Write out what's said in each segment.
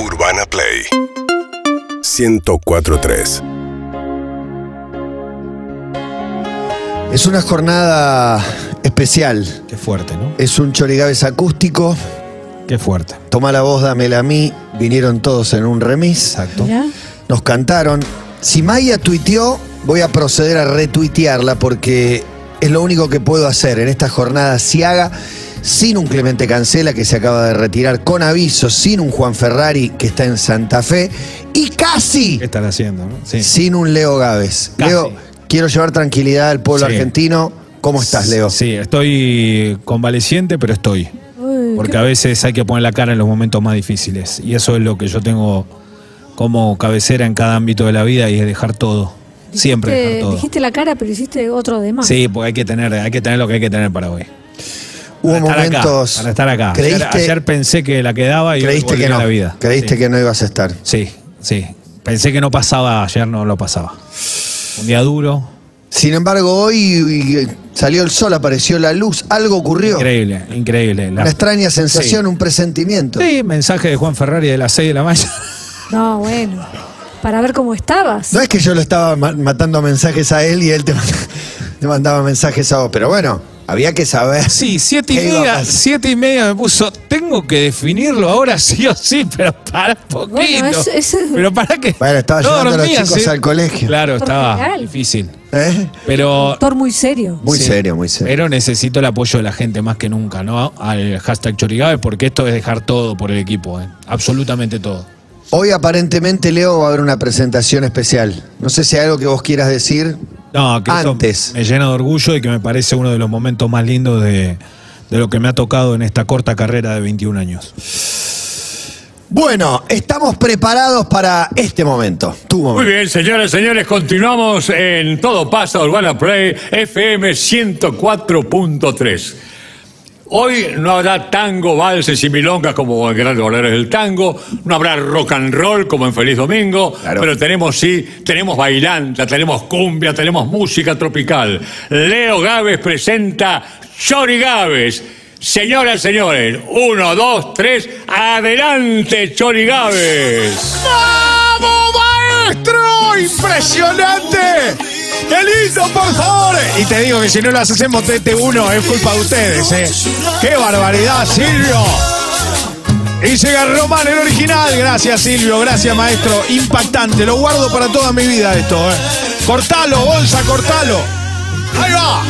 Urbana Play 1043. Es una jornada especial. Qué fuerte, ¿no? Es un Chorigaves acústico. Qué fuerte. Toma la voz, dámela a mí. Vinieron todos en un remis. Exacto. Mirá. Nos cantaron. Si Maya tuiteó, voy a proceder a retuitearla porque es lo único que puedo hacer en esta jornada ciaga. Sin un Clemente Cancela que se acaba de retirar con aviso, sin un Juan Ferrari que está en Santa Fe y casi ¿Qué están haciendo, no? Sí. sin un Leo Gávez. Casi. Leo, quiero llevar tranquilidad al pueblo Sí. argentino. ¿Cómo estás, Leo? Sí, estoy convaleciente, pero estoy. Uy, Porque qué- a veces hay que poner la cara en los momentos más difíciles. Y eso es lo que yo tengo como cabecera en cada ámbito de la vida y es dejar todo. Siempre dijiste- dejar todo. Dijiste la cara, pero hiciste otro de más. Sí, porque hay que tener, hay que tener lo que hay que tener para hoy. Hubo para estar acá, momentos. para estar acá. Ayer- Creíste, ayer, pensé que la quedaba y hoy creíste volví que a no. la vida. Creíste Sí. que no ibas a estar. Sí, sí. Pensé que no pasaba, ayer no lo pasaba. Un día duro, Sin embargo, hoy y- y salió el sol, apareció la luz, algo ocurrió. increíble, increíble. La- Una extraña sensación, un presentimiento. Sí, mensaje de Juan Ferrari de las 6 de la mañana. No, bueno. Para ver cómo estabas. No es que yo lo estaba ma- matando mensajes a él y él te, mand- te mandaba mensajes a vos, pero bueno, había que saber. Sí, siete y ¿Qué iba a media, pasar? siete y media me puso, tengo que definirlo ahora sí o sí, pero para un poquito. Bueno, es- es- Pero para que. Bueno, estaba llevando a los dormía, chicos al colegio. Claro, Por estaba general. difícil. ¿Eh? Pero, Actor muy serio. Muy Sí. serio, muy serio. pero necesito el apoyo de la gente más que nunca, ¿no? Al hashtag Chorigabe, porque esto es dejar todo por el equipo, ¿eh? absolutamente todo. Hoy aparentemente, Leo, va a haber una presentación especial. No sé si hay algo que vos quieras decir. No, que eso Antes. me llena de orgullo y que me parece uno de los momentos más lindos de, de lo que me ha tocado en esta corta carrera de 21 años. Bueno, estamos preparados para este momento. Tu momento. Muy bien, señores, señores, continuamos en Todo Pasa Urbana Play FM 104.3. Hoy no habrá tango, valses y milongas como en Grandes Valores del Tango, no habrá rock and roll como en Feliz Domingo, Claro. pero tenemos sí, tenemos bailanta, tenemos cumbia, tenemos música tropical. Leo Gávez presenta Chori Gávez. Señoras, señores, uno, dos, tres, adelante, Chori Gávez. ¡Vamos, maestro! ¡Impresionante! ¡Qué lindo, por favor! Y te digo que si no lo hacemos tete uno es culpa de ustedes, ¿eh? ¡Qué barbaridad, Silvio! Y llega Román, el original. Gracias, Silvio. Gracias, maestro. Impactante. Lo guardo para toda mi vida esto, ¿eh? Cortalo, bolsa, cortalo. ¡Ahí va!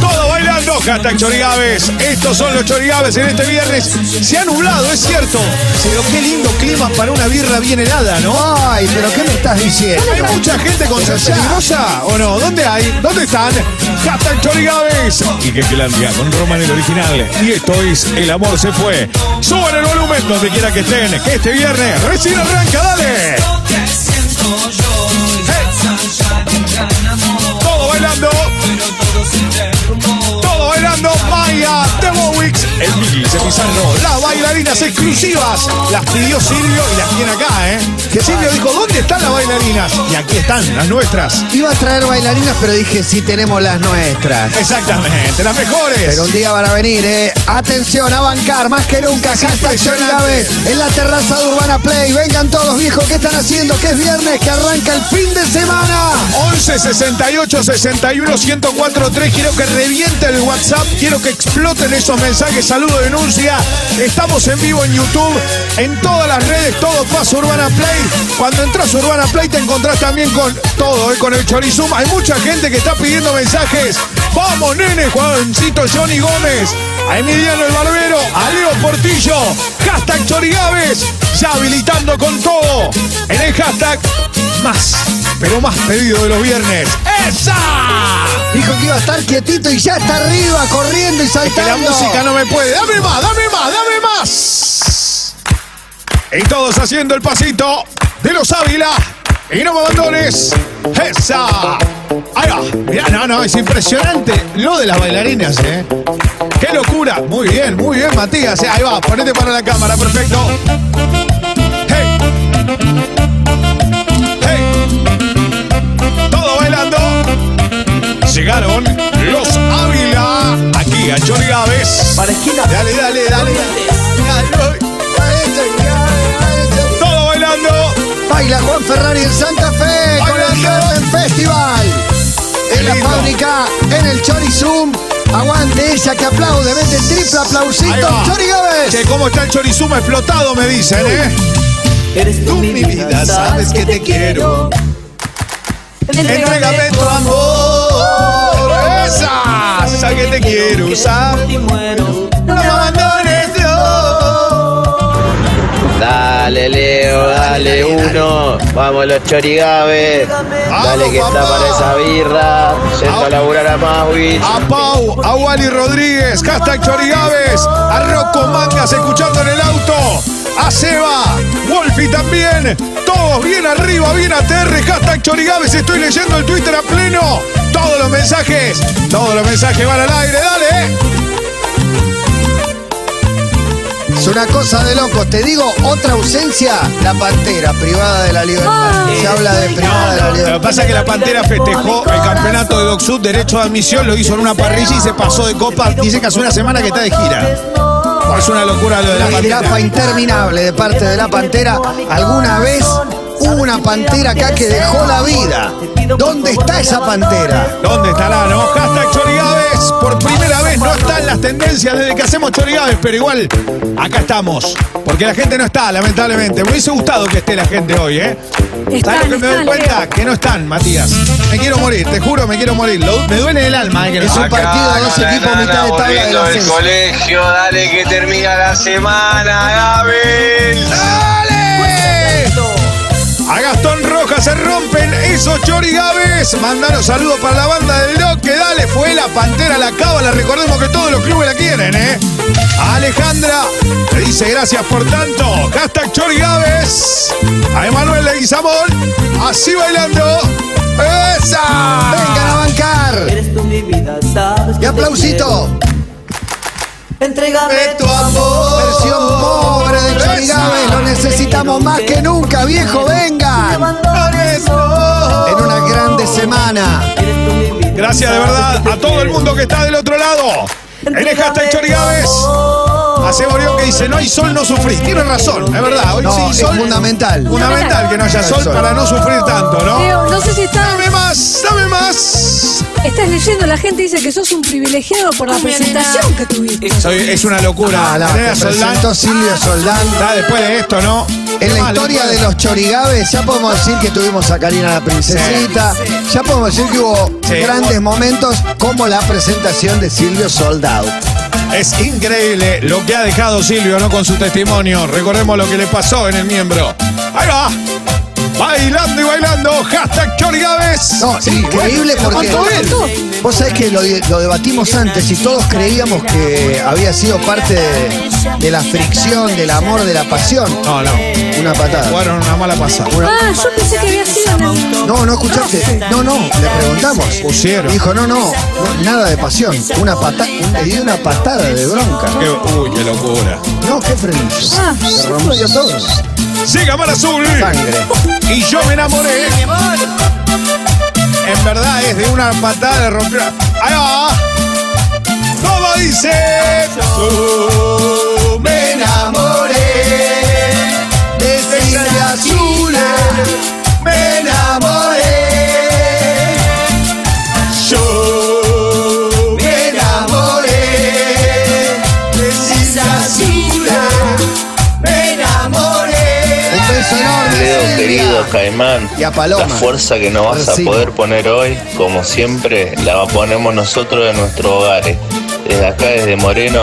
Todo bailando, hashtag Chorigaves. Estos son los Chorigaves en este viernes. Se ha nublado, es cierto. Pero qué lindo clima para una birra bien helada, ¿no? Ay, pero ¿qué me estás diciendo? ¿Hay mucha gente con salsa cebolla o no? ¿Dónde hay? ¿Dónde están? Hashtag Chorigaves. Y que Clandia con Roman el original. Y esto es El amor se fue. Suban el volumen donde quiera que estén. Que este viernes recién arranca, dale. Todo bailando. Todo bailando. Maya de Bowix. El Miki Cepizano. Las bailarinas exclusivas. Las pidió Silvio y las tiene acá, ¿eh? Que Silvio dijo, ¿dónde están las bailarinas? Y aquí están, las nuestras. Iba a traer bailarinas, pero dije, sí tenemos las nuestras. Exactamente, las mejores. Pero un día van a venir, ¿eh? Atención, a bancar, más que nunca. Hashtag pues, Johnny Gávez en la terraza de Urbana Play. Vengan todos, viejos, ¿qué están haciendo? Que es viernes, que arranca el fin de semana. 11 68 61 104 3. Quiero que reviente el WhatsApp. Quiero que exploten esos mensajes. Saludo, denuncia. Estamos en vivo en YouTube. En todas las redes. Todo pasa Urbana Play. Cuando entras a Urbana Play te encontrás también con todo. ¿eh? Con el Chorizum. Hay mucha gente que está pidiendo mensajes. Vamos, nene. Juancito Johnny Gómez. A Emiliano el Barbero. A Leo Portillo. Hashtag Chorigaves. Ya habilitando con todo. En el hashtag más, pero más pedido de los viernes. ¡Esa! Dijo que iba a estar quietito y ya está arriba, corriendo y Que la saltando. música no me puede. ¡Dame más, dame más, dame más! Y todos haciendo el pasito de los Ávila. Y no me abandones. ¡Esa! Ahí va. Mirá, no, no, es impresionante lo de las bailarinas, ¿eh? ¡Qué locura! Muy bien, muy bien, Matías. ¿eh? Ahí va, ponete para la cámara, perfecto. ¡Hey! ¡Hey! ¡Todo bailando! Llegaron los Ávila aquí a Chori Gávez. Dale, dale, dale. Dale, dale. Todo Baila Juan Ferrari en Santa Fe con el Garden Festival. En la lindo. fábrica, en el Chorizum. Aguante ella que aplaude. Mete triple Ahí aplausito. va. Chori Gávez. Che, ¿cómo está el chorizuma explotado? Me dicen, ¿eh? Eres tú mi vida, sabes que te quiero. Entrégame tu amor. Esa. Esa que te quiero usar. Por ti muero. No me abandones, Dios. Dale, Leo, dale, uno. Vamos los chorigabes. Dale que está papá. para esa birra. Yendo Ah. a laburar a Maswich. A Pau, a Wally Rodríguez, hashtag Chorigaves, a Rocco Mangas escuchando en el auto, a Seba, Wolfi también, todos bien arriba, bien a TR, hashtag Chorigaves, estoy leyendo el Twitter a pleno, todos los mensajes, todos los mensajes van al aire, dale, eh. Es una cosa de locos. Te digo, otra ausencia, la pantera privada de la libertad. Ay. Se habla de privada de la Lo que libertad. pasa es que la Pantera festejó el campeonato de Doc Sud, derecho de admisión, lo hizo en una parrilla y se pasó de copa, dice que hace una semana que está de gira. Es una locura lo de la Una jirafa Pantera. interminable de parte de la pantera. Alguna vez hubo una pantera acá que dejó la vida. ¿Dónde está esa pantera? ¿Dónde estará, no? Hashtag Chorigaves. Por primera vez no están las tendencias desde que hacemos Chorigaves, pero igual acá estamos. Porque la gente no está, lamentablemente. Me hubiese gustado que esté la gente hoy, ¿eh? ¿Sabes Están, lo que me doy están, eh. cuenta? Leo. Que no están, Matías. Me quiero morir, te juro, me quiero morir. Lo- me duele el alma, ¿eh? Que no Es un están. partido de dos equipos mitad de tabla del ascenso. colegio, dale que termina la semana, Gabel. ¡Dale! A Gastón Rojas se rompen esos chorigaves. Mandanos saludos para la banda del Doc. Que dale, fue la pantera, la cábala. Recordemos que todos los clubes la quieren, ¿eh? A Alejandra le dice gracias por tanto. Hashtag chorigaves. A Emanuel Leguizamón, así bailando. ¡Esa! Vengan a bancar. Eres tú mi vida, sabes que Y te quiero. aplausito. Entrégame tu amor. Versión pobre de Chori Gávez. Lo necesitamos más que nunca, viejo. Vengan. En una grande semana. Eres tú mi vida, Gracias de sabes verdad que te a todo el quiero. mundo que está del otro lado. En el hashtag Chorigaves. Hace Borio que dice, no hay sol, no sufrís. Tiene razón, es verdad. Hoy No, sin es sol. fundamental. Fundamental que no haya sol para no sufrir tanto, ¿no? Leo, no sé si estás, Dame más, dame más. estás leyendo, la gente dice que sos un privilegiado por la presentación que tuviste. Soy- es una locura. A Ah, la Tener a que Soldán. presentó Silvio Soldán. Está después de esto, ¿no? En la Mal, historia después de los chorigaves ya podemos decir que tuvimos a Karina la princesita, ya podemos decir que hubo Sí. grandes momentos como la presentación de Silvio Soldado. Es increíble lo que ha dejado Silvio, ¿no? Con su testimonio. Recordemos lo que le pasó en el miembro. Ahí va. Bailando y bailando. Hashtag Chorigaves. No, increíble porque ¿Cuánto él? vos sabés que lo, di- lo debatimos antes y todos creíamos que había sido parte de, de la fricción, del amor, de la pasión. No, no. Una patada. Jugaron una mala pasada. Ah, yo pensé que había sido en el- No, no escuchaste. No, no, le preguntamos. Pusieron. Dijo, no, no, no, nada de pasión. Una patada, le dio una patada de bronca. Qué- uy, qué locura. No, qué feliz. Ah, Se rompió todo. Siga Mar Azul. Sangre. Y yo me enamoré. En verdad es de una patada le rompió. Ahí va. Como dice. Yo me enamoré. De Silvia Azul. Me enamoré. Yo me enamoré. De Silvia Me enamoré. Un beso enorme. Silvia. Leo querido Caimán, Y a Paloma. la fuerza que nos vas a Recibo. poder poner hoy, como siempre, la ponemos nosotros en nuestros hogares. Desde acá, desde Moreno,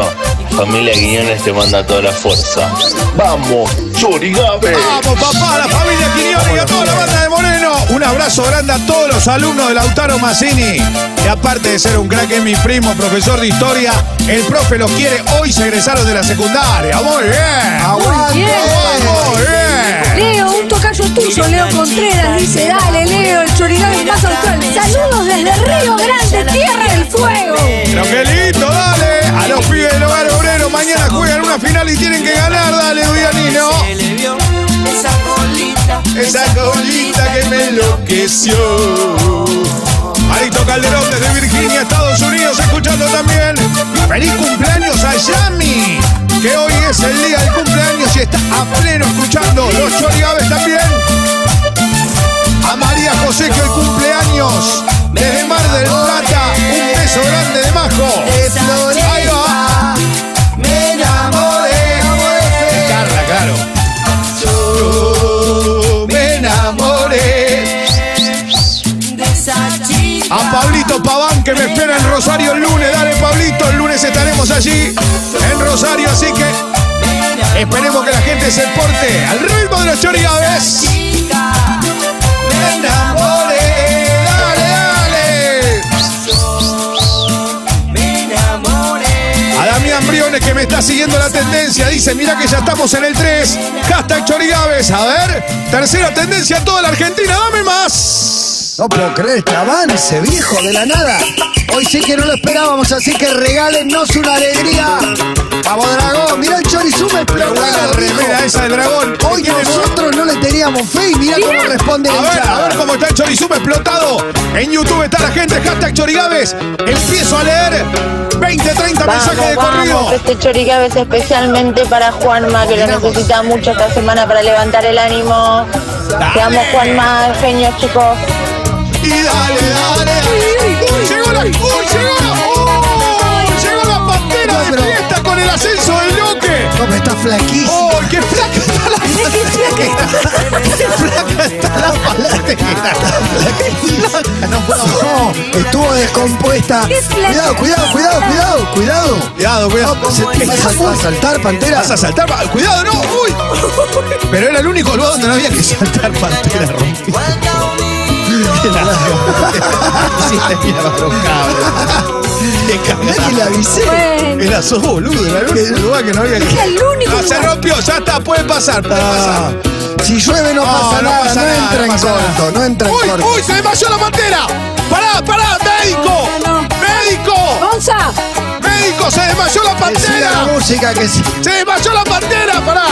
familia Guiñones te manda toda la fuerza. ¡Vamos, Churigabe! Vamos, papá, a la familia Quiñones y a toda la banda de Moreno. Un abrazo grande a todos los alumnos de Lautaro Massini. Que aparte de ser un crack, es mi primo, profesor de historia. El profe los quiere. Hoy se egresaron de la secundaria. ¡Muy bien! Aguante. ¡Muy bien! Leo, un tocayo tuyo, Leo Contreras, dice, dale, Leo, el chorigami más actual. Saludos desde Río Grande, Tierra del Fuego. Pero qué lindo, dale. A los pibes del hogar obrero. Mañana juegan una final y tienen que ganar. Dale, Dianino. Se le vio esa colita, Esa colita que me enloqueció. Marito Calderón desde Virginia, Estados Unidos, escuchando también. ¡Feliz cumpleaños a Yami! Que hoy es el día del cumpleaños y está a pleno escuchando los chorigaves también. José que hoy cumpleaños desde Mar del Plata. Un beso grande de Majo. Ahí va. Me enamoré. Carla, claro. Yo me enamoré. de esa chica. A Pablito Paván que me espera en Rosario el lunes. Dale, Pablito. El lunes estaremos allí en Rosario. Así que esperemos que la gente se porte al ritmo de los chorigaves. Chica, Me enamoré. Dale, me enamoré. dale. A Damián Briones que me está siguiendo la tendencia. Dice, mira que ya estamos en el 3. Hashtag Chorigaves. A ver, tercera tendencia en toda la Argentina. Dame más. No puedo creer este avance, viejo, de la nada. Hoy sí que no lo esperábamos, así que regálennos una alegría. Vamos, Dragón, mirá el chorizume Qué buena explotado, remera viejo. esa de dragón. Hoy nosotros no le teníamos fe y mirá cómo responde la A ver, a hinchada. ver cómo está el chorizume explotado. En YouTube está la gente, hashtag chorigaves. Empiezo a leer 20, 30 mensajes de corrido. este chorigaves especialmente para Juanma, que lo necesita mucho esta semana para levantar el ánimo. Te amo, Juanma, genio, chicos. Y dale, dale. dale. Llegó la, ¡Uy, llegó la, ¡Uy! llegó la pantera de fiesta con el ascenso del loque. Cómo está flaquísimo. ¡Oh, qué flaca está la ¡Qué flaca está la No, estuvo descompuesta. Qué flaca. Cuidado, cuidado, cuidado, cuidado, cuidado. Cuidado, cuidado. Oh, ¿Vas a saltar, Pantera? Vas a saltar, pa- cuidado, no, uy. Pero era el único lugar donde no había que saltar pantera rompida. Sí, tenía la bronca, bro. Te Mirá cagaste. que le avisé. Bueno. Era sos boludo, era el único lugar que no había que. Era el único Ah, se lugar. rompió, ya está, puede pasar, puede Ah, pasar. si llueve no pasa nada, no nada, entra en pasa corto, nada. no entra en uy, corto. Uy, se desmayó la pantera. Pará, pará, médico. No, no. Médico, Gonza, médico, se desmayó la Que siga pantera. la música que sí. ¡Se desmayó la pantera! ¡Pará!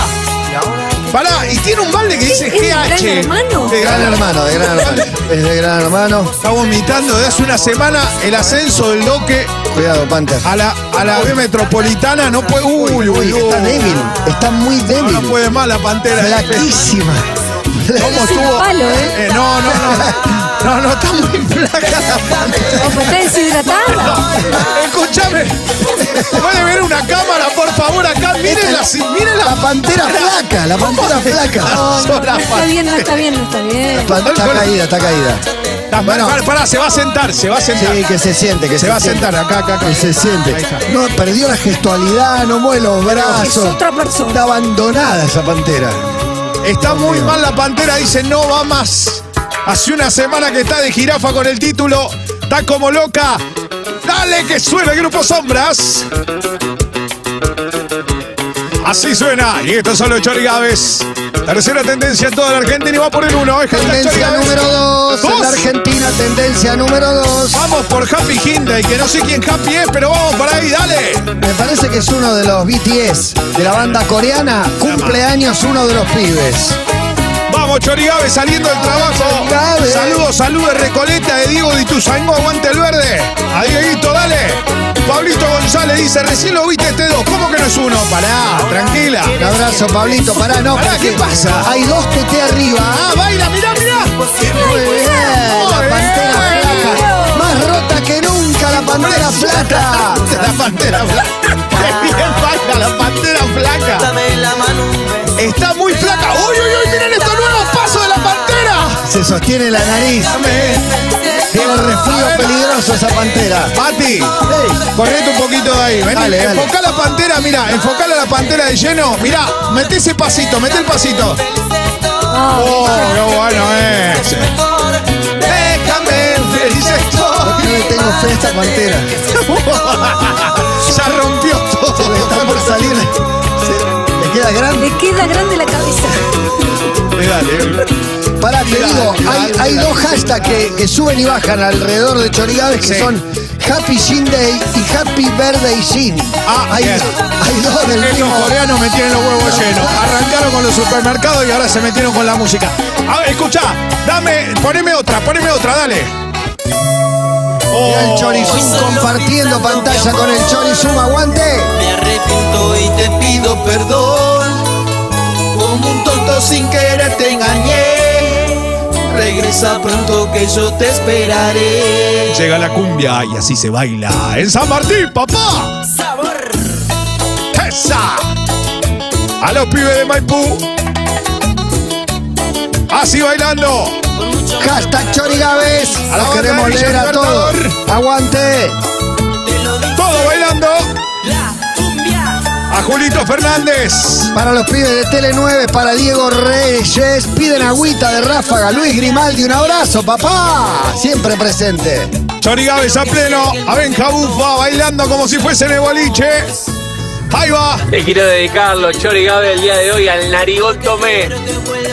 ¡Pará! Y tiene un balde que dice ¿Es de Gran GH. Hermano? De Gran Gran hermano, Hermano. de gran hermano. Es de gran hermano. Está vomitando desde hace una semana el ascenso del loque Cuidado, Panther. a la, a la B metropolitana. No puede. Uy, uy, uy. está débil, está muy No, débil. no puede más la pantera. Flaquísima. ¿Cómo Casi estuvo? un palo, ¿eh? Eh, no, no, no. No, no, está muy flaca la pantera. ¿cómo está deshidratada? Escúchame. ¿Puede ver una cámara, por favor, acá? Este- Miren la, miren La pantera flaca, la pantera flaca. No, no, no está bien, no está bien, no está bien. Pa- Está caída, está caída. Bueno. Pará, pará, se va a sentar, se va a sentar. Sí, que se siente, que se, Se va a siente. sentar acá, acá, acá. Que se siente. Ahí está. No, perdió la gestualidad, no mueve los Es brazos. otra persona. Está abandonada esa pantera. Está muy mal la pantera, dice no va más. Hace una semana que está de jirafa con el título. Está como loca. Dale que suena el grupo Sombras. Así suena. Y estos son los Chorigaves. Tercera tendencia en toda la Argentina y va por el uno. ¿eh? Es hashtag Tendencia Chorigaves. número 2 en la Dos. Argentina, tendencia número 2. Vamos por Happy Hinda y que no sé quién Happy es, pero vamos para ahí, dale. Me parece que es uno de los BTS de la banda coreana. Cumpleaños uno de los pibes. Vamos, Chorigabe, saliendo del trabajo. Chorigabe. Saludos, saludos, Recoleta de Diego Dituzango, aguante el verde. A Dieguito, dale. Pablito González dice, recién lo viste este dos, ¿cómo que no es uno? Pará, tranquila. Un abrazo, Pablito. Pará, no. Pará, porque Ah, ¿qué pasa? Hay dos TT arriba. Ah, Ah, baila, mirá, mirá. Muy bien, la Muy pantera bien. flaca. Más rota que nunca la pantera flaca. La pantera flaca. Qué bien baila la pantera flaca. Dame la mano. Está muy flaca. Uy, uy, uy, miren estos nuevos pasos de la pantera. Se sostiene la nariz. Tiene refrío peligroso esa pantera. Mati, correte un poquito de ahí. Vení, Dale, dale. enfocá la pantera, mirá, enfocala la pantera de lleno. Mirá, mete ese pasito, mete el pasito. Oh, qué bueno es. Déjame feliz Yo estoy. le tengo fe a esta pantera. ya rompió Se todo. le está por salir. Se- le queda grande. Le queda grande la cabeza. Dale. Pará, te digo, hay, hay dos hashtags que, que suben y bajan alrededor de Chorigaves que Sí. son Happy Shin Day y Happy Verde y Shin. Ah, hay, bien. hay dos del Estos mismo. coreanos me tienen los huevos llenos. Arrancaron con los supermercados y ahora se metieron con la música. A ver, escuchá, dame, poneme otra, poneme otra, dale. Mirá el Oh. Chorizum compartiendo pantalla con el Chorizum. Aguante. Me arrepiento y te pido perdón. Como un tonto sin querer te engañé. Regresa pronto que yo te esperaré. Llega la cumbia y así se baila. En San Martín, papá. Sabor. ¡Esa! A los pibes de Maipú. Así bailando. Con mucho amor Hashtag Chorigaves. A la Los banda queremos de Villa leer a todos. Libertador. Aguante. te lo dice Todo bailando. la cumbia. A Julito Fernández. Para los pibes de Tele 9, para Diego Reyes, piden agüita de ráfaga. Luis Grimaldi, un abrazo, papá. Siempre presente. Chori Gávez a pleno. A Benja Bufa bailando como si fuese en el boliche. Ahí va. Te quiero dedicar los Chori Gaves el día de hoy al Narigón Tomé,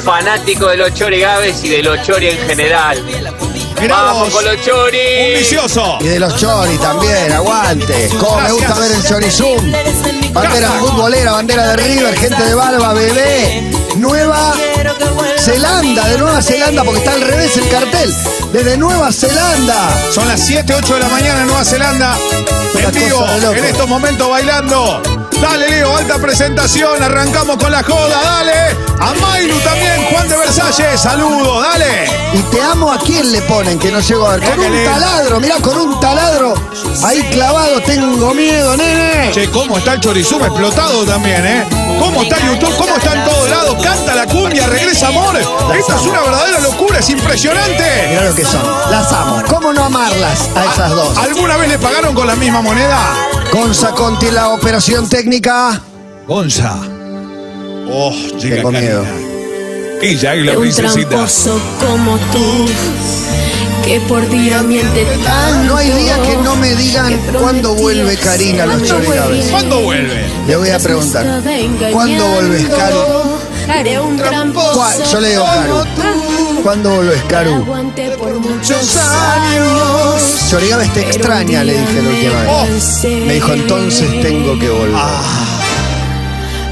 fanático de los Chori Gaves y de los Chori en general. Mirá ¡Vamos vos. con los Chori! Un vicioso. Y de los Chori también, aguante. Como me gusta ver el Chori Zoom. Bandera Gracias. futbolera, bandera de River, gente de Barba, bebé. Nueva Zelanda, de Nueva Zelanda, porque está al revés el cartel. Desde Nueva Zelanda. Son las 7, 8 de la mañana en Nueva Zelanda. Una En vivo, cosa de loco. en estos momentos bailando. Dale, Leo, alta presentación. Arrancamos con la joda, dale. A Maylu también, Juan de Versalles, saludo, dale. Y te amo a quién le ponen, que no llego a ver. Con un Ándale. taladro, mirá, con un taladro. Ahí clavado, tengo miedo, nene. Che, cómo está el chorizum explotado también, ¿eh? Cómo está YouTube, cómo está en todos lados. Canta la cumbia, regresa amor. Esta es una verdadera locura, es impresionante. Mirá lo que son. Las amo. ¿Cómo no amarlas a esas dos? ¿Alguna vez le pagaron con la misma moneda? Gonza Conti en la operación técnica. Gonza. Oh, llega Tengo Karina. miedo. Ella es la Un princesita. tramposo como tú, que por día miente tanto. Ah, No hay día que no me digan cuándo vuelve Karina a los ¿Cuándo chorigaves. ¿Cuándo vuelve? Le voy a preguntar. ¿Cuándo volvés, Caro? Haré un tramposo. ¿Cuá- Yo le digo, Caru. ¿Cuándo volvés, Caru? Aguante por muchos años. Chorigaves te extraña, le dije la última vez. Me dijo, entonces tengo que volver.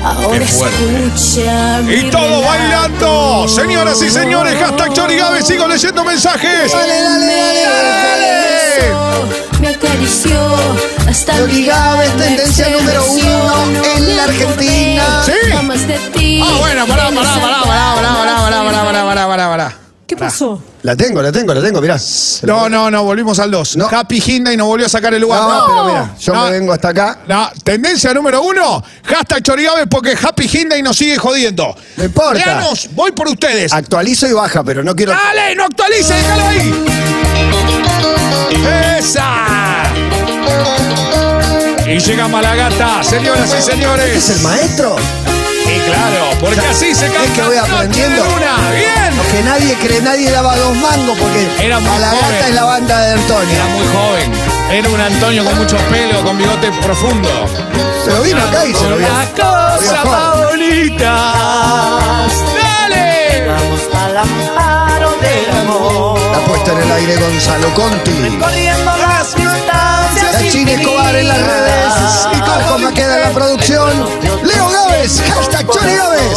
Ahora Qué fuerte. escucha mi Y todo relato. bailando. Señoras y señores, hashtag Chorigabe, sigo leyendo mensajes. Dale, dale, dale, dale. Me acarició hasta Chorigabe es tendencia número uno en la Argentina. Sí. Jamás de ti. Ah, bueno, pará, pará, pará, pará, pará, pará, pará, pará, pará, pará, pará, pará. ¿Qué pasó? La tengo, la tengo, la tengo, mirá. No, no, no, volvimos al 2. No. Happy Hinda y nos volvió a sacar el lugar. No, pero mira, yo No, me vengo hasta acá. no. tendencia número uno, hashtag Chorigabe porque Happy Hinda y nos sigue jodiendo. No importa. Leanos, voy por ustedes. Actualizo y baja, pero no quiero. Dale, no actualice, déjalo ahí. Esa. Y llega Malagata, señoras y ¿Es señores. el maestro? Y claro, porque así se canta. Es que voy Noche de aprendiendo. Luna. Bien. Que nadie cree, nadie daba dos mangos porque Era muy Malagata joven. es la banda de Antonio. Era muy joven. Era un Antonio con mucho pelo, con bigote profundo. Se lo vino acá y se lo vino. Una cosa favorita. Dale. Vamos al amparo del amor. La puesta en el aire Gonzalo Conti. Corriendo las distancias. La China Escobar en las redes. Y Coco me queda en la producción. Leo Gávez, hashtag Chori Gávez.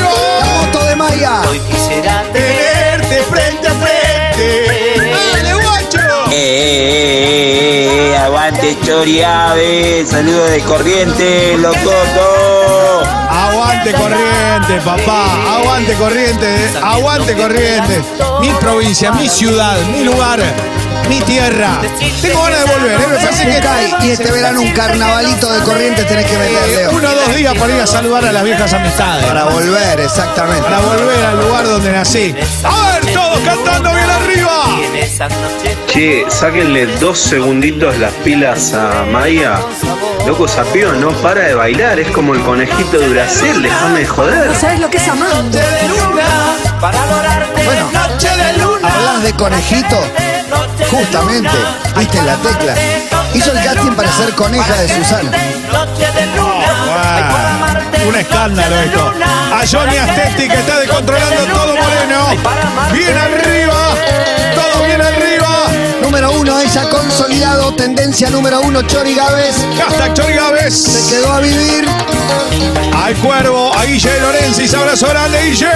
La moto de Maya. Hoy quisiera Tenerte frente a frente. Dale, guacho. Eh, aguante Chori Gaves, saludos de corriente, los cocos. Aguante corriente, papá. Aguante corriente. eh. Aguante corriente. Mi provincia, mi ciudad, mi lugar, mi tierra. Tengo ganas de volver, ¿eh? Me parece que Ay, Y este verano un carnavalito de corrientes tenés que meter, eh, Leo. uno o dos días para ir a saludar a las viejas amistades. Para volver, exactamente. Para volver al lugar donde nací. A ver, todos cantando bien arriba. en esa noche Che, sáquenle dos segunditos las pilas a Maya. Loco, esa piba no para de bailar, es como el conejito de Brasil, déjame de joder. ¿Sabes lo que es amante? de luna. Para adorarte. Bueno, noche de luna. hablas de conejito. Justamente, viste la tecla. Hizo el casting para ser coneja de Susana. Noche de Ah, luna. Un escándalo esto. A Johnny Astetti que está descontrolando todo Moreno. Bien arriba. Todo bien arriba. Número uno, ella consolidado. Tendencia número uno, Chori Gávez. Hashtag Chori Gávez. Se quedó a vivir. Al cuervo, a Guille Lorenzi, abrazo grande, Guille.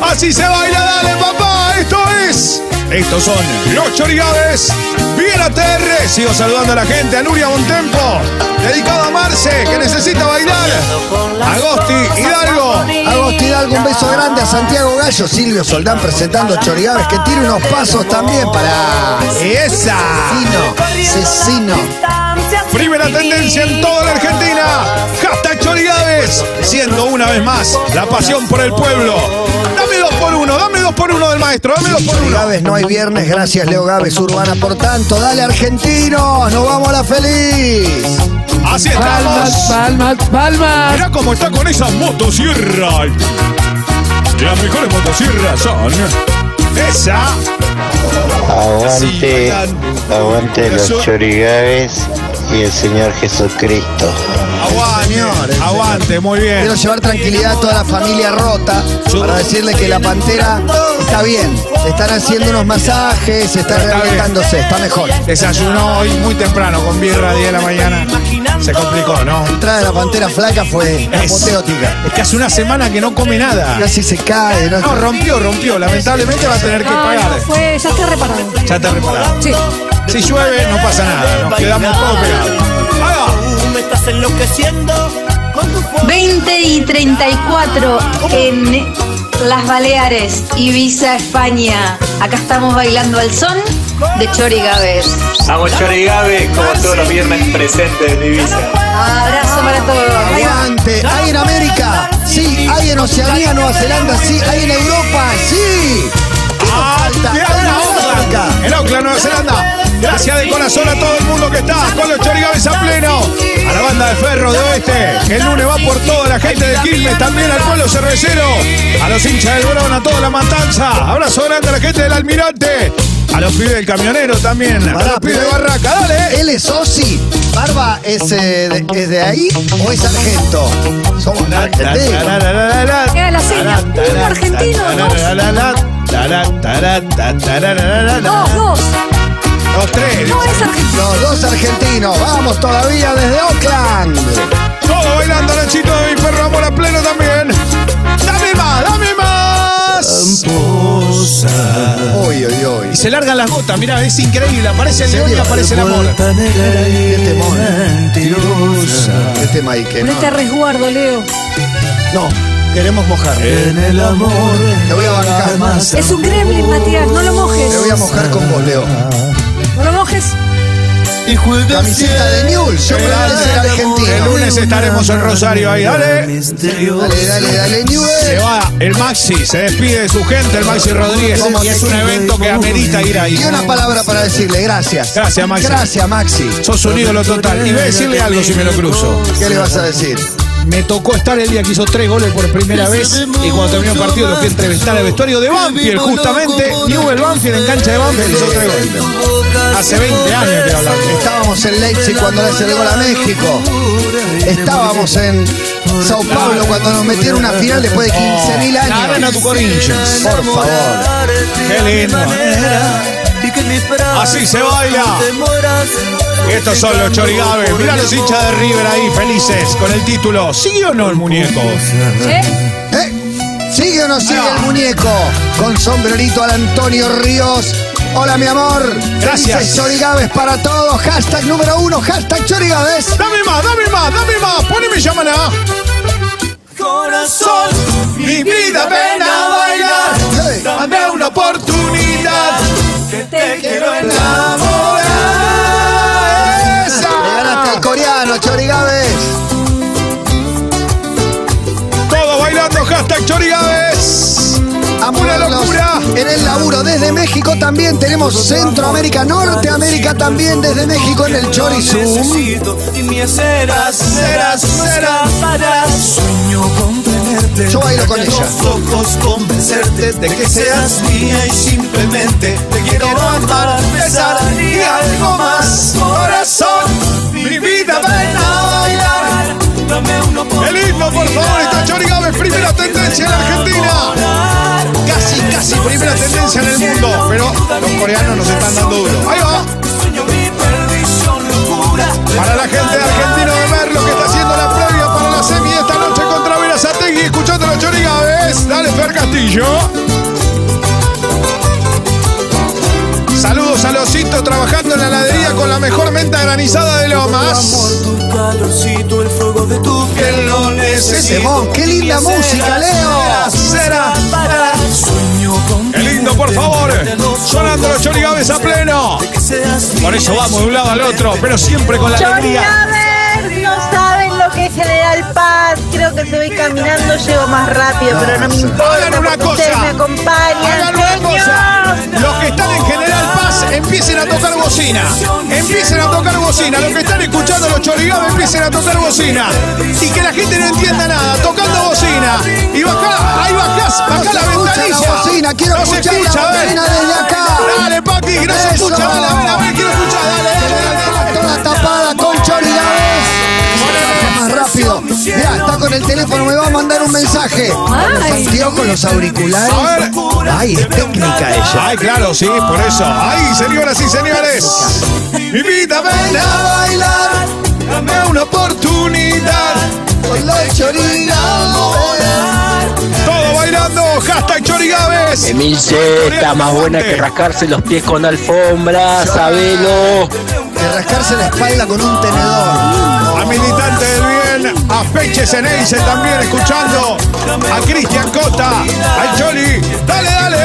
Así se baila, dale, papá. Esto es Estos son los Chorigaves. Bien ATR. Sigo saludando a la gente. A Nuria Montempo. Dedicado a Marce, que necesita bailar. Agosti Hidalgo. Agosti Hidalgo, un beso grande a Santiago Gallo, Silvio Soldán presentando Chorigaves, que tiene unos pasos también para. ¡Esa! Cecino, Cecino. Primera tendencia en toda la Argentina. Hashtag Chorigaves. Siendo una vez más la pasión por el pueblo. Dame dos por uno, dame dos por uno del maestro, dame dos por uno. Chorigaves, no hay viernes, gracias Leo Gaves, Urbana. Por tanto, dale argentinos, nos vamos a la feliz. Así estamos. Palmas, palmas, palmas. Mirá cómo está con esa motosierra. Las mejores motosierras son esa. Aguante, aguante Eso. los chorigaves y el Señor Jesucristo. Aguante, aguante, muy bien. Quiero llevar tranquilidad a toda la familia rota para decirle que la pantera está bien. Se están haciendo unos masajes, se está Está bien. rehabilitándose, está mejor. Eh, Desayunó hoy muy temprano con birra a 10 de la mañana. Se complicó, ¿no? La entrada de la pantera flaca fue Es- apoteótica. Es que hace una semana que no come nada. Casi se cae, ¿no? No, rompió, rompió. Lamentablemente va a tener que Ah, No, pagar. no, fue, ya está reparado. Ya está reparado. Sí. Si llueve, no pasa nada. Nos quedamos todos pegados. ¡Haga! 20 y 34 en Las Baleares, Ibiza, España. Acá estamos bailando al son de Chori Gávez. Vamos, Chori Gabe, como todos los viernes presentes en Divisa. Abrazo para todos. Ahí va. Aguante, hay en América, sí, hay en Oceanía, Nueva Zelanda, sí, hay en Europa, sí. ¿Qué nos falta? Ah, Mirá, Hay en era África. Auckland. Era Auckland, Nueva Zelanda. Gracias de corazón a todo el mundo que está con los chorigaves a pleno. A la banda de Ferro de Oeste, que el lunes va por toda la gente de Quilmes, también al pueblo cervecero, a los hinchas del Brown, a toda la matanza. Abrazo grande a la gente del Almirante, a los pibes del camionero también, a los Pará, pibes de pero- Barraca, dale. Él es Ossi. Barba es, eh, de, es de ahí o es argento. Somos argentinos. Era la seña. Uno argentino, dos. Dos, dos. Los tres. No es argentino. Los dos argentinos. Vamos todavía desde Oakland. Todo bailando, Nachito de mi perro amor a pleno también. ¡Dame más, dame más! Uy, uy, uy. Y se largan las gotas, mirá, es increíble. Aparece el león y aparece el amor. Qué temón. Qué tema hay que no. Ponete a este resguardo, Leo. No, queremos mojar. En el amor. Te voy a bancar más. Es un gremlin, Matías. No lo Uh. Te voy a mojes. mojar con vos, Leo. No lo mojes. Camiseta de Newell's. Yo me la voy a hacer El argentino. lunes estaremos en Rosario ahí, dale. Dale, dale, dale, Se Newell. va el Maxi, se despide de su gente, el Maxi Rodríguez. Y es un evento que amerita ir ahí. Y una palabra para decirle, gracias. Gracias, Maxi. Gracias, Maxi. Sos un ídolo total. Y voy a decirle algo si me lo cruzo. ¿Qué le vas a decir? Me tocó estar el día que hizo tres goles por primera vez y cuando terminó el partido lo fui a entrevistar al vestuario de Banfield, justamente Newell Banfield en cancha de Banfield hizo tres goles. Hace 20 años que hablamos. Estábamos en Leipzig cuando le hace el gol a México. Estábamos en Sao Paulo cuando nos metieron una final después de 15.000 La arena años. tu Corinthians. Por favor. Qué lindo. Así se baila. Y estos son los chorigaves. Mirá los hinchas de River ahí, felices, con el título. ¿Sí o no el muñeco? ¿Eh? ¿Eh? ¿Sigue o no sigue el muñeco? Con sombrerito al Antonio Ríos. Hola, mi amor. Gracias. Felices Chorigaves para todos. Hashtag número uno. Hashtag Chorigaves. Dame más, dame más, dame más. Poneme llaman a. Corazón, mi vida, ven a bailar. Hey. Dame una oportunidad. Te quiero en Ahora esa. Le ganaste al coreano, Chorigaves. Todo bailando, hashtag Chorigaves. Amo Una verlos locura. En el laburo, desde México también tenemos Centroamérica, Norteamérica también, desde México en el Chorizum. Serás, serás. Yo bailo con ella. Ojos convencerte de que seas mía y simplemente te quiero amar, besar y algo más. Corazón, Mi vida, ven a bailar. El himno, por favor, está Chori Gávez, primera tendencia en Argentina. Casi, casi primera tendencia en el mundo. Pero los coreanos nos están dando duro. Ahí va. Para la gente de Argentino de Merlo que está haciendo la previa para la semi esta noche contra Verazategui, escuchando los Chori Gávez. Dale, Fer Castillo. trabajando en la heladería con la mejor menta granizada de Lomas. calorcito, el fuego de tu piel lo necesito. Temón, qué linda Será, música, será, Leo. será, será. Sueño con Qué lindo, por favor. Sonando los chorigaves a pleno. Por eso vamos de un lado al otro, pero siempre con la alegría. Chorigaber, no saben lo que es General Paz. Creo que se voy caminando, llego más rápido, pero no me Hagan importa. una porque Ustedes cosa. me acompañan, Hagan una cosa. señor. Los que están en General Paz empiecen a tocar bocina. Empiecen a tocar bocina. Los que están escuchando los chorigaves empiecen a tocar bocina. Y que la gente no entienda nada. Tocando bocina. Y bajá, ahí bajás, bajá la escucha la ventanilla. bocina, quiero no se escuchar la escucha, a ver. bocina desde acá. Dale, papi, que no se Eso. escucha. Dale, a ver, a ver, quiero escuchar. Dale, dale, dale. dale. Toda tapada con chorigaves. Más rápido. Mirá, está con el teléfono, me va a mandar un mensaje. Ay. Tío con los auriculares. A ver. Ay, es técnica ella. Ay, claro, sí, por eso. Ay, señoras y señores. Invítame a bailar. Dame una oportunidad. Con los chorigaves. Todo bailando. Hashtag Chorigaves. Emilce está más buena que rascarse los pies con alfombra, sabelo. De rascarse la espalda con un tenedor. A Militante del Bien. A Peche Ceneice también escuchando. A Cristian Costa. Al Choli. Dale, eh. dale.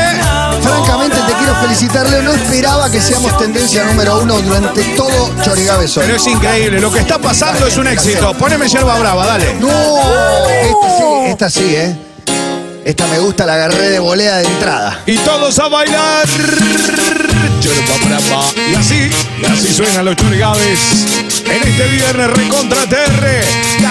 Francamente te quiero Ah. felicitar, Leo. No esperaba que seamos tendencia número uno durante todo Chorigaves hoy. Pero es increíble. Lo que está pasando es un éxito. Poneme yerba brava, dale. No, esta sí, esta sí, ¿eh? Esta me gusta, la agarré de volea de entrada. Y todos a bailar. Yerba brava. Y así, y así suenan los chorigaves. En este viernes recontra TR.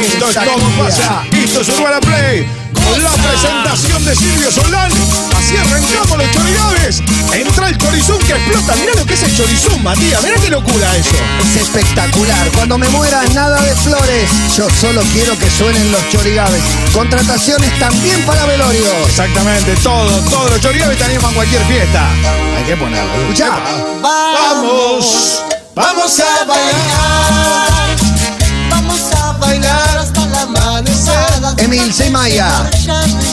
Esto es todo pasa. Esto es Urbana Play. Con la presentación de Silvio Solán. Así arrancamos los chorigaves. Entra el chorizum que explota. Mirá lo que es el chorizum, Matías. Mirá qué locura eso. Es espectacular. Cuando me muera, nada de flores. Yo solo quiero que suenen los chorigaves. Contrataciones también para velorios. Exactamente, todo, todos los chorigaves te animan a cualquier fiesta. Hay que ponerlo. Escuchá. Vamos. Vamos a bailar, vamos a bailar hasta la amanecer. Emil Semaya.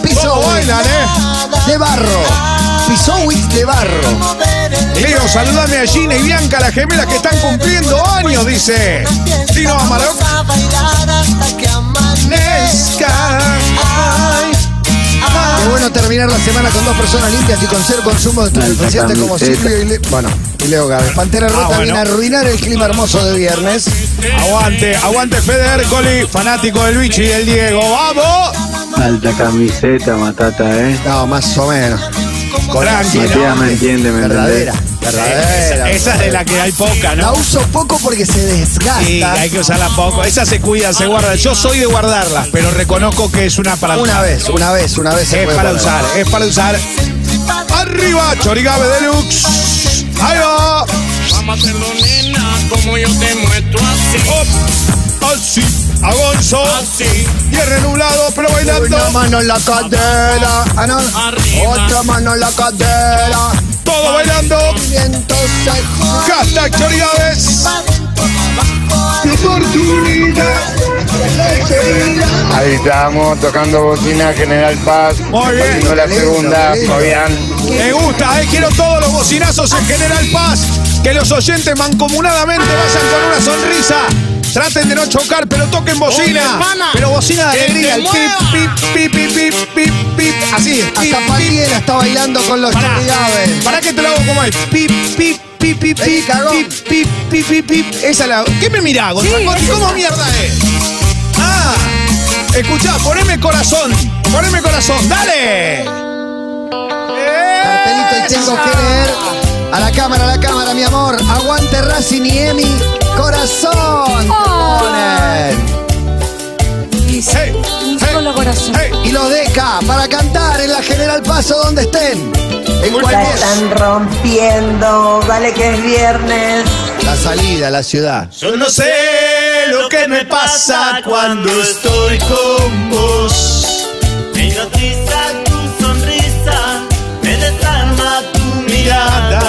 Piso ¿Cómo bailan, eh? de barro. Pisowitz de barro. Leo, saludame a Gina y Bianca, las gemelas que están cumpliendo años, dice. Dino Amarok. Vamos a bailar hasta que Nesca. Ay, ay. Qué bueno terminar la semana con dos personas limpias y con cero consumo de estupefacientes como Silvio y, Le- bueno, y Leo Gávez. Pantera Rota Ah, bueno. viene a arruinar el clima hermoso de viernes. Aguante, aguante Fede Ercoli, fanático del Bichi y del Diego. ¡Vamos! Alta camiseta, Matata, ¿eh? No, más o menos. Tranquilo. Matías me entiende, ¿me Verdadera, entendés? verdadera. Esa es de la que hay poca, La ¿no? uso poco porque se desgasta. Sí, hay que usarla poco. Esa se cuida, se guarda. Yo soy de guardarlas, pero reconozco que es una para Una usar. vez, una vez, una vez. se Es puede para guardar. usar, es para usar. Arriba, Chorigabe Deluxe. Ahí va. como yo te muestro así, Op. Así, a Gonzo. así. Y es renublado, pero Una bailando. mano en la cadera. Ah, no. Otra mano en la cadera. Todo bailando. Y entonces. Hashtag Chorigaves. Oportunidad. Ahí estamos tocando bocina General Paz. Muy bien. Haciendo la Lindo, segunda, lindo. Fabián. Me gusta, eh, quiero todos los bocinazos en General Paz. Que los oyentes mancomunadamente vayan con una sonrisa. Traten de no chocar, pero toquen bocina. Pero bocina de alegría. El pip, pip, pip, pip, pip, pip, pip. Así. pip, Hasta pip. Patiera está bailando con los Pará. chorigaves. Pará que te lo hago como es. Pip, pip, pip, pip, Ey, pip, cagón. pip, pip, pip, pip, pip. Esa la. ¿Qué me mirá, Gonzalo? ¿Cómo mierda es? Ah, escuchá, poneme corazón. Poneme corazón, dale. Cartelito y tengo que leer. A la cámara, a la cámara, mi amor. Aguante Racing y Emi. Corazón. te Oh. ponen. Hey, Un hey, solo corazón. hey. Y los deca para cantar en la General Paso donde estén. En La cualquier. están rompiendo, dale que es viernes. La salida, la ciudad. Yo no sé lo que me pasa cuando estoy con vos. Me hipnotiza tu sonrisa, me desarma tu mirada.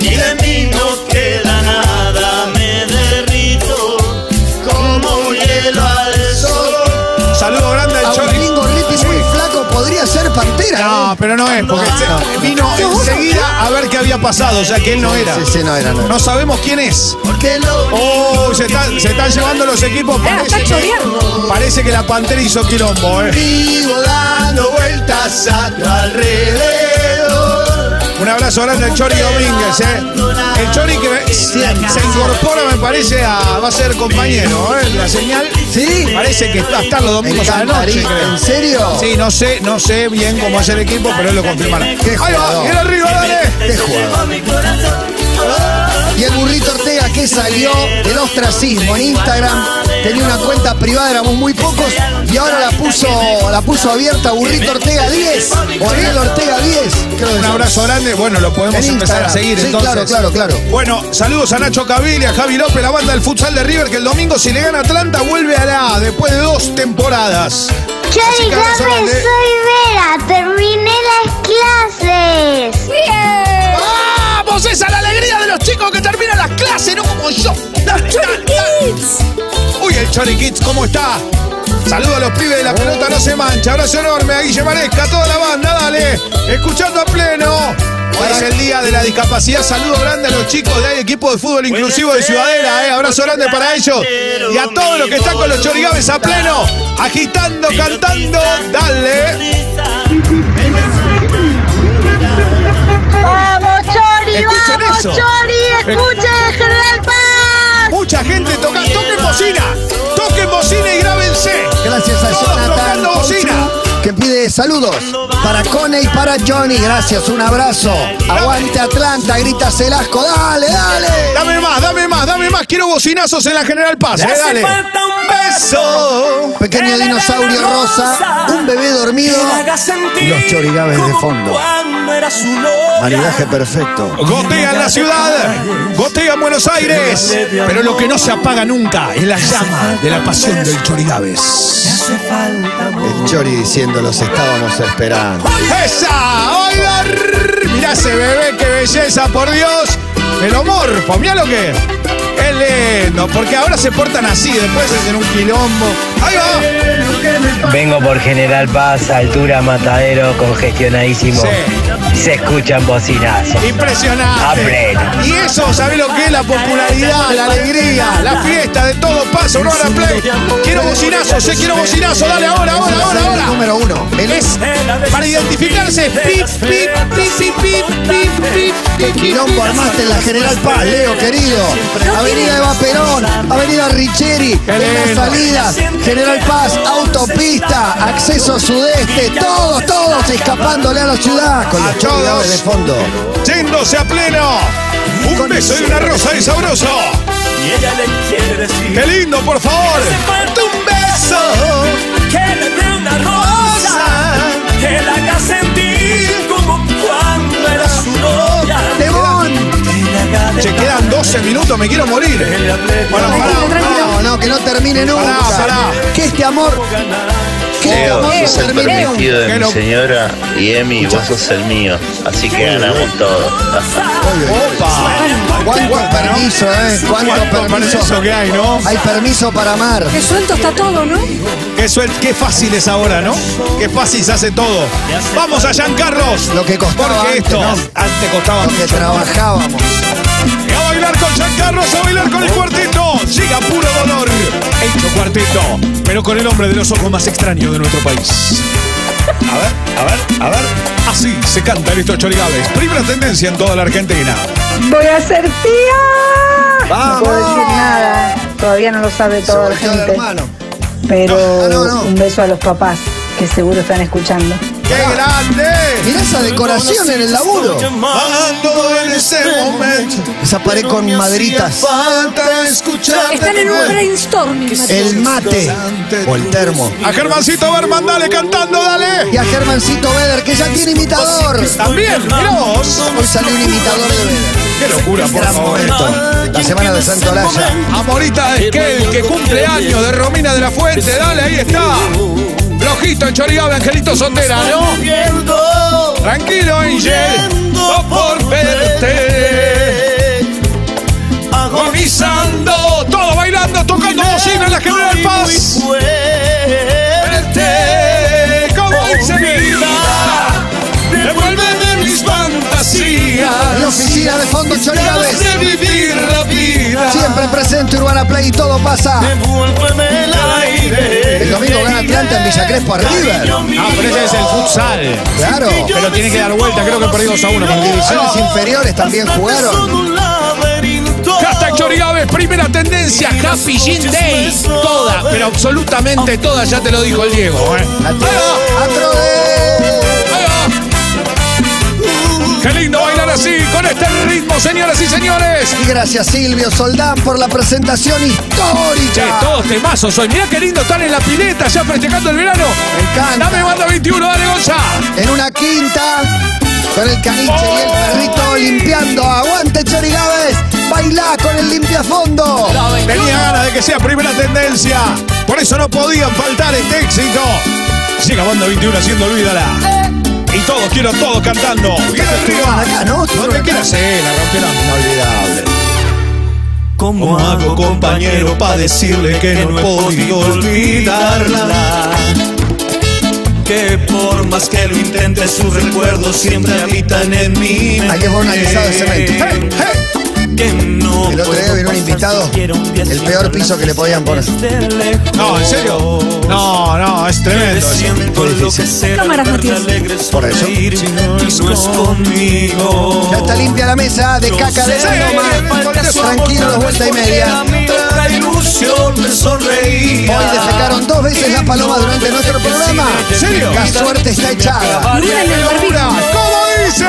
Y de mí no queda nada, me derrito como un hielo al sol. Saludo grande al Chori. Agustín Gorriti muy flaco podría ser ¿eh? era. No, pero no es, porque se- vino enseguida a ver qué había pasado, o sea que él no era. Ah. Sí, sí, no era, no era. No sabemos quién es. Oh, se están, se están llevando los equipos. Ah, está choreando. parece que la pantera hizo quilombo, eh. Vivo dando vueltas a tu alrededor. Un abrazo grande al Chori Domínguez, eh. El Chori que me- se incorpora, me parece, a, va a ser compañero, eh. La señal. Sí. Parece que está hasta los domingos a la noche. Encantaría. creo. ¿En serio? Sí, no sé, no sé bien cómo es el equipo, pero él lo confirmará. Qué Ahí va, jugador. viene arriba, dale. Qué jugador. Y el burrito Ortega que salió del ostracismo en Instagram, tenía una cuenta privada, éramos muy pocos, y ahora la puso, la puso abierta Burrito Ortega 10, o Ariel Ortega 10. creo que Un es. abrazo grande. Bueno, lo podemos En empezar a Instagram. seguir Sí, entonces. claro, claro, claro. Bueno, saludos a Nacho Cavili, a Javi López, la banda del futsal de River, que el domingo si le gana Atlanta vuelve a la A después de dos temporadas. Chori Chica, Gabe, abrazo soy grande. Vera. Terminé las clases. ¡Bien! ¡Vamos! Esa es la alegría de los chicos que terminan las clases, no como yo. Kids. Uy, el Chori Kids, ¿cómo está? Saludos a los pibes de la pelota no se mancha. Abrazo enorme a Guille Maresca, a toda la banda, dale. Escuchando a pleno. Hoy es el día de la discapacidad. Saludo grande a los chicos del equipo de fútbol inclusivo de Ciudadela. eh. Abrazo grande para ellos. Y a todos los que están con los chorigaves a pleno, agitando, cantando. Dale. ¡Vamos, Chori! Escuchen ¡Vamos, eso. Chori! ¡Escuchen, General Paz! Mucha gente toca. Toquen bocina. Toquen bocina y grábense. Gracias a Todos Jonathan tocando bocina. Conchu, que pide saludos para Cone y para Johnny. Gracias, un abrazo. Aguante Atlanta, grita Celasco. Dale, dale. Dame más, dame más, dame más. Quiero bocinazos en la General Paz. eh, dale. Un pequeño dinosaurio rosa, un bebé dormido. y Los chorigaves de fondo. Maridaje perfecto. Gotea en la ciudad, gotea en Buenos Aires, pero lo que no se apaga nunca es la llama de la pasión del Chorigaves. El Chori diciendo los estábamos esperando. ¡Esa! ¡Oigan! Mirá ese bebé, qué belleza, por Dios. Me lo morfo, mirá lo que es. Es lindo, porque ahora se portan así, después hacen un quilombo. ¡Ahí va! Vengo por General Paz, altura matadero, congestionadísimo. Sí. Se escuchan bocinazos. A Impresionante. pleno. Y eso, ¿sabés lo que es? La popularidad, la alegría, la fiesta de todo pasa, no a play. Quiero bocinazo, sí, quiero bocinazo, dale ahora, ahora, ahora, ahora. Número uno. El- Es para identificarse. Pip, pip, pip, pip, pip, pip, pip, Qué pip, pip. quilombo armaste en la General Paz, Leo, querido. Avenida Eva Perón, Avenida Richeri, en las lindo. salidas, General Paz, autopista, acceso sudeste, todos, todos escapándole a la ciudad con los A chorigaves todos. de fondo. Yéndose a pleno. Un beso y una rosa de sabroso. Y ella le quiere decir Qué lindo, por favor. falta un beso que le dé una rosa que la haga sentir como cuando era su novia. ¡Demón! Che, quedan 12 minutos, me quiero morir. Bueno, No, pará. no, no, que no termine nunca. Pará, pará. Que este amor, que este Leo, amor no sos el termine nunca. permitido de Que mi lo- señora y Emi, vos sos el mío. Así que ganamos todo. Opa. Cuánto permiso, ¿eh? Cuánto Cuánto permiso permiso. que hay, ¿no? Hay permiso para amar. Que suelto está todo, ¿no? Qué, suel- qué fácil es ahora, ¿no? Qué fácil se hace todo. Vamos a Jean Carlos. Lo que costaba Porque antes, esto ¿no? antes costaba Que mucho. trabajábamos. A bailar con Jean Carlos, a bailar con el cuarteto. Llega puro dolor. Hecho cuarteto, pero con el hombre de los ojos más extraño de nuestro país. A ver, a ver, a ver. Así se canta en estos chorigaves. Primera tendencia en toda la Argentina. Voy a ser tía. ¡Vamos! No puedo decir nada. Todavía no lo sabe toda la volteó el gente. hermano. Pero No, no, no. un beso a los papás que seguro están escuchando. ¡Qué grande! Mirá esa decoración en el laburo. Bajando en ese momento. Esa pared con madritas. Falta escuchar. Están en un brainstorming. El mate. O el termo. A Germancito Berman, dale cantando, Y dale. a Germancito Beder, que ya tiene imitador. También, mirá vos. Hoy salió un imitador de Beder. Qué locura, por Gran favor. momento. La semana de Santo Olalla. Amorita de Esquel, que cumple años de Romina de la Fuente, dale, ahí está. Flojito en Chorigaba, Angelito Sotera, ¿no? Pierdo Tranquilo, Angel, no por verte. Agonizando, todo bailando, tocando bocina en la quebrada del paz. fuerte. Verte, como dice mi vida. play y todo pasa. El domingo gana Atlanta en Villa Crespo a River. Ah, pero ese es el futsal. Claro. Pero tiene que dar vuelta, creo que perdió 2 a 1. Las divisiones inferiores también jugaron. Oh. Hashtag Chorigaves, primera tendencia, Happy Gin Day. Toda, pero absolutamente toda, ya te lo dijo el Diego. ¿eh? ¡Qué lindo bailar así, con este ritmo, señoras y señores! Y gracias Silvio Soldán por la presentación Che, histórica. todos temazos hoy. Mirá qué lindo están en la pileta, ya festejando el verano. Me encanta. Dame banda 21, dale Gonza. En una quinta, con el caniche y el perrito limpiando. Aguante Chorigaves, bailá con el limpiafondo. Tenía ganas de que sea primera tendencia. Por eso no podían faltar este éxito. Llega Banda 21 haciendo olvídala. Y todos, quiero a todos cantando. Bien arriba. Acá, ¿no? Donde quieras, eh, la rompieron. Inolvidable. ¿Cómo hago, compañero, para decirle que no he podido olvidarla? Que por más que lo intente, sus recuerdos siempre habitan en mí. Hay que poner un alisado de cemento. mente. Que no El otro día puedo vino un pasar invitado, siquiera un día el sin peor piso que le podían poner. desde lejos. No, ¿en serio? No, no, es tremendo. Siento lo que será Cámaras, verte Matías. alegre, Por eso. sonreír, y no es conmigo. Ya está limpia la mesa de caca de paloma. Tranquilo, dos vueltas y media. La ilusión me sonreía. Hoy defecaron dos veces la paloma durante nuestro programa. ¿En serio? La suerte está echada. Miren el barbijo. ¿Cómo dice?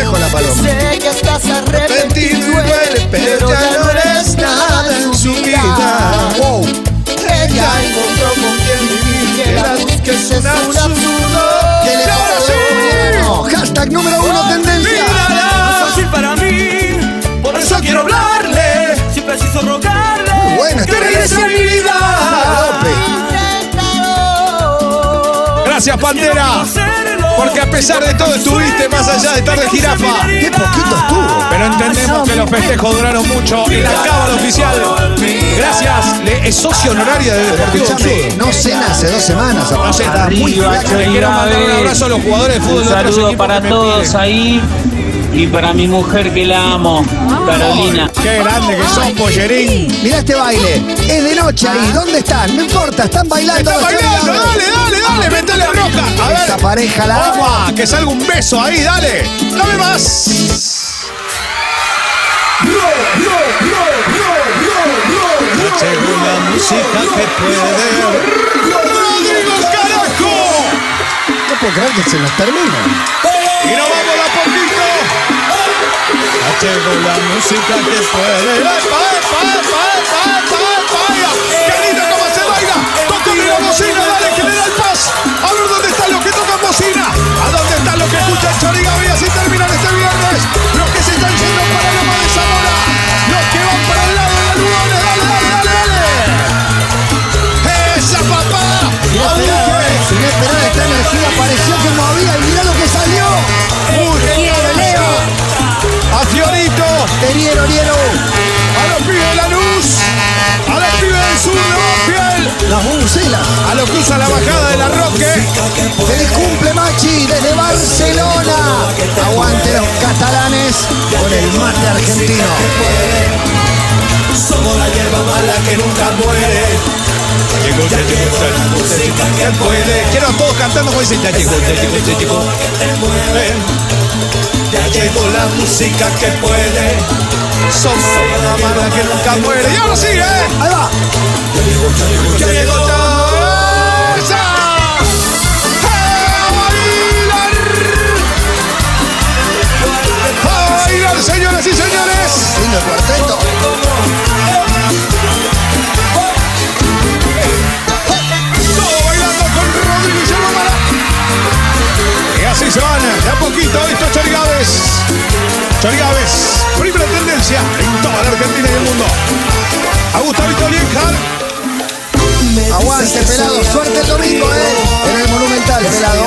Dejo la paloma. Sé que estás arrepentido y duele, pero ya no eres nada en su vida. Wow. Ella encontró con quien vivir, que la busques es un absurdo. ¿Qué le Y ahora sí, pasa? No, Hashtag número uno tendencia. mírala. Fácil para mí, por eso quiero hablarle. Si preciso rogarle, Muy bueno este que regrese a mi vida. Gracias, Pantera. Porque a pesar de todo estuviste más allá de estar de jirafa. Qué poquito estuvo. Pero entendemos que los festejos duraron mucho y la cábala oficial. Gracias. Le- es socio honoraria de Deportivo Sur. Escuchame, no cena hace dos semanas. No sé, está muy Arriba, flaca. Le quiero mandar un abrazo a los jugadores de fútbol Un de otros saludo equipos para que me todos piden. ahí y para mi mujer que la amo, Carolina. Qué grande que sos, Pollerín. Mirá este baile. Es de noche ahí. ¿Dónde están? No importa, están bailando. Está los Ah. bailando, chorigaves. dale, dale, dale, metele roca. A Esta ver, pareja la ama. agua, que salga un beso ahí, dale. Dame más. Según la música que puede. ¡Rodrigo Carajo! No puedo creer que se nos termina. Y nos vamos de a poquito. Llegó la música que puede. ¡Epa, epa, epa, epa, epa, epa! ¡Baila! ¡Qué lindo cómo se baila! ¡Tócame la bocina, dale, que le da el paz! A ver dónde están los que tocan bocina. A dónde están los que escuchan Chorigabe y así terminan este viernes. Los que se están yendo para Loma de Zamora. Los que van para el lado de Lugones. ¡Dale, dale, dale, dale! ¡Esa, papá! Mirá, esperá, eh. Mirá, esperá, esta energía pareció que movía y mirá lo que salió. Quiero, Leo. ¡A Fiorito! Teriero, Riero. ¡A los pibes de la luz! ¡A los pibes del sur de Banfield. Las bubucelas. A los que usan la bajada de la Roque. Feliz cumple Machi desde Barcelona. Aguante los catalanes con el mate argentino. Somos la hierba mala que nunca muere. Llegó, ya llegó, ya llegó, ya llegó, ya puede. Quiero a todos cantando como dicen, ya llegó, ya llegó, ya llegó. Ya llegó la música que puede. Somos la mala que nunca muere. Y ahora sí, ¿eh? Ahí va. Ya llegó, ya. ¡Esa! ¡A bailar! ¡A bailar, señoras y señores! Lindo cuarteto. Todo bailando con Rodrigo y Yerba Mala. Y así se van, de a poquito, estos chorigaves. Chorigaves, primera tendencia en toda la Argentina y el mundo. A Gustavito Lienhardt, Aguante, pelado. Suerte el domingo, ¿eh? En el Monumental, pelado.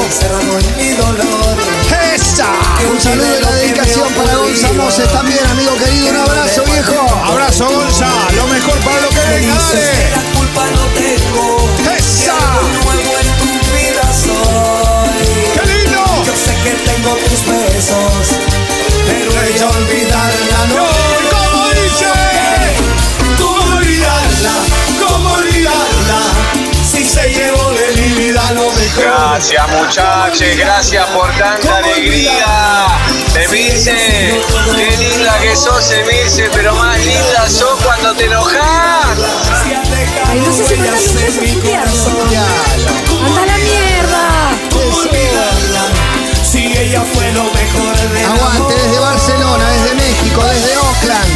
¡Esa! Un saludo y la dedicación para Gonza Moses también, amigo querido. Un abrazo, viejo. abrazo Gonza, lo mejor para lo que venga, dale. Culpa no tengo. ¡Esa! Nuevo en tu vida soy. ¡Qué lindo! Yo sé que tengo tus besos, pero he de olvidar la ¡Gol! noche. ¿Cómo dice? Tú y Gracias muchachos, gracias por tanta alegría. Emilce, qué linda que sos Emilce, pero más linda sos cuando te enojas. Ay, no sé si me dan un beso chutearlo. ¡Anda a la mierda! Si ella fue lo mejor de Aguante desde Barcelona, desde México, desde Oakland,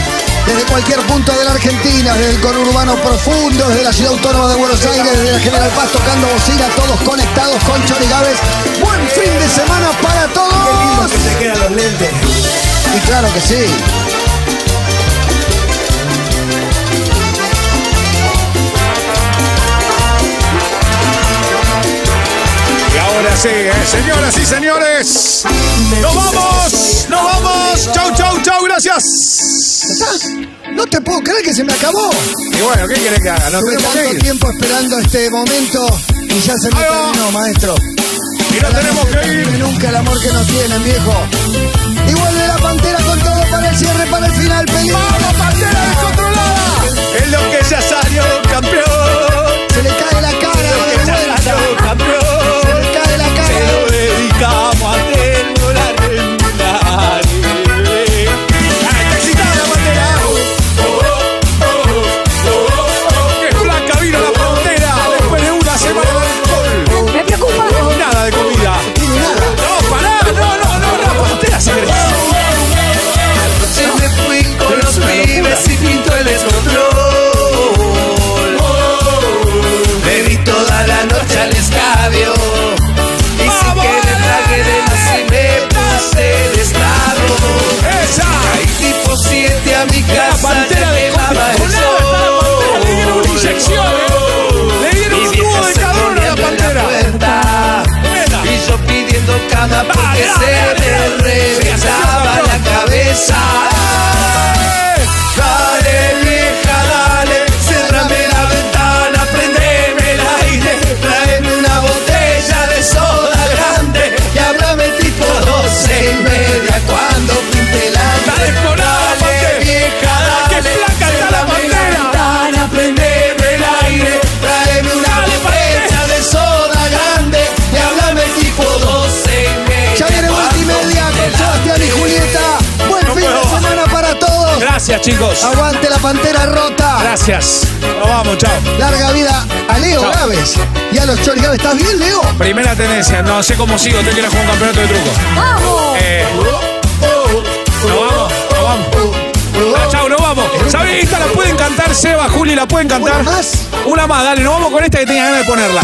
desde cualquier punto de la Argentina, desde el conurbano profundo, desde la ciudad autónoma de Buenos Aires, desde la General Paz tocando bocina, todos conectados con Chori Gávez. Buen fin de semana para todos. que te quedan los lentes. Y claro que sí. Y ahora sí, eh, señoras y señores. ¡Nos vamos! ¡Nos vamos! ¡Chau, chau, chau! ¡Gracias! No te puedo creer que se me acabó. Y bueno, ¿qué querés que haga? Nos Tuve tenemos que tanto ir. tiempo esperando este momento y ya se me terminó, maestro. Y no tenemos que ir. Nunca el amor que nos tienen, viejo. Y vuelve la pantera con todo para el cierre, para el final. ¡Peligro! ¡Vamos, pantera descontrolada! Es lo que ya salió campeón. Se le cae la cara Es lo que de ya vuelta. salió campeón. Se le cae la Se cara. lo dedicamos a Telmo la reina. ¡Ay, está excitada la pantera! ¡Qué flaca vino la pantera! Después de una semana de alcohol. ¡Me preocupa! Nada de comida. No, pará, no, no, no, la pantera se merece. Se me fui con los pibes y pinto el descontrol. Oh. Bebí toda la noche al escabio. Y sin que me tragué de más y me puse de estado. ¡Esa! Hay tipo siete a mi casa. pantera ya de quemaba el Coca-Cola, sol. le dieron una inyección, Le dieron Mi un vieja tubo de se cabrón a la corriendo en pantera. puerta. Nena. Y yo pidiendo cama porque Pará, se nena. me reventaba Sí, la cabeza. Dale, vieja, dale, cerrame la ventana, prendeme el aire, tráeme una botella de soda grande y háblame tipo doce y media cuando pinte la Dale, colada, Dale, pantera. vieja, ¡Qué dale, flaca está la cerrame pantera! ventana, prendeme el aire, tráeme una Dale, pantera. botella de soda grande y háblame tipo doce y media. Ya viene vuelta y cuando media pinte con la Sebastián y Julieta. Buen No fin puedo. de semana para todos. Gracias, chicos. Aguante la pantera rota. Gracias. Nos vamos, chao. Larga vida a Leo Chao. Gávez y a los Chori Gávez. ¿Estás bien, Leo? Primera tendencia, no sé cómo sigo, te quiero jugar un campeonato de truco. ¡Vamos! Eh, nos vamos, nos vamos. Ah, chao, nos vamos. ¿Sabés? Esta la pueden cantar Seba, Juli, la pueden cantar. ¿Una más? Una más, dale, nos vamos con esta que tenía ganas de ponerla.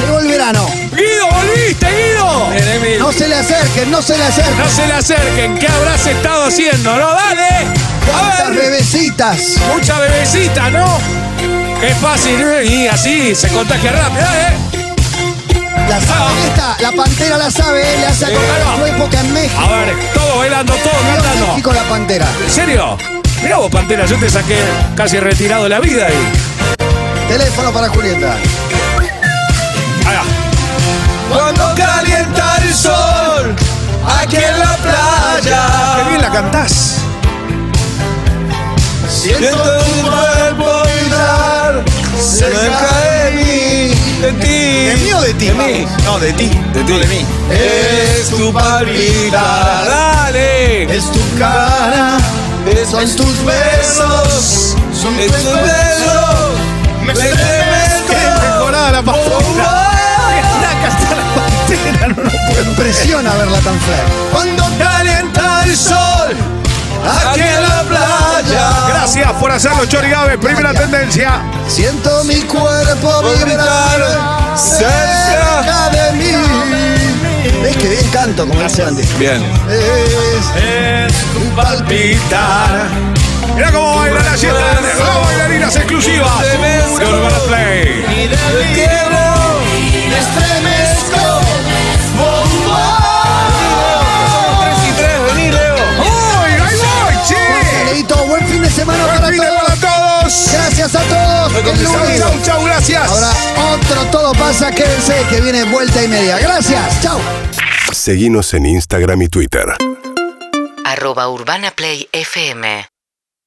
Llegó el verano. Guido, volviste, Guido. No se le acerquen, no se le acerquen. No se le acerquen, ¿qué habrás estado haciendo? No, dale. A ¿Cuántas ver. bebecitas? Mucha bebecita, ¿no? Qué fácil, ¿eh? y así se contagia rápido, ¿eh? La sabe esta, la pantera la sabe, ¿eh? le hace acordar a su época en México. A ver, todo bailando, todo Vio cantando. México la pantera. ¿En serio? Mirá vos, Pantera, yo te saqué casi retirado de la vida ahí. Teléfono para Julieta. Ahí va. Cuando calienta el sol aquí en la playa. Qué bien la cantás. Siento tu cuerpo vibrar cerca de mí, de ti. ¿De mí o de ti? No, de ti. De ti. de mí. Es tu palpitar, ¡Dale! es tu cara, son tus besos, son tus besos. Me mejorada la Oh, pantera. Impresiona verla tan flaca. Cuando calienta el sol aquí en la playa. Gracias por hacerlo, Chori Gávez. Primera tendencia. Siento mi cuerpo vibrar cerca de mí. ¿Ves que bien canto, como dice antes? Bien. Es Es tu palpitar. Mirá cómo bailan las sientas. Las bailarinas exclusivas. De Urbana Play. Y de mi quiebro me estremezco. Bombón. Y tres, vení, Leo. ¡Uy! ¡Ahí voy! ¡Sí! Leito, buen fin de semana para ¡Buen fin de todos. semana a todos! Gracias a todos. El Chau, lunes. chau, chau, gracias. Ahora otro todo pasa, quédense que viene vuelta y media. Gracias, chao. Seguinos en Instagram y Twitter. Arroba Urbana Play FM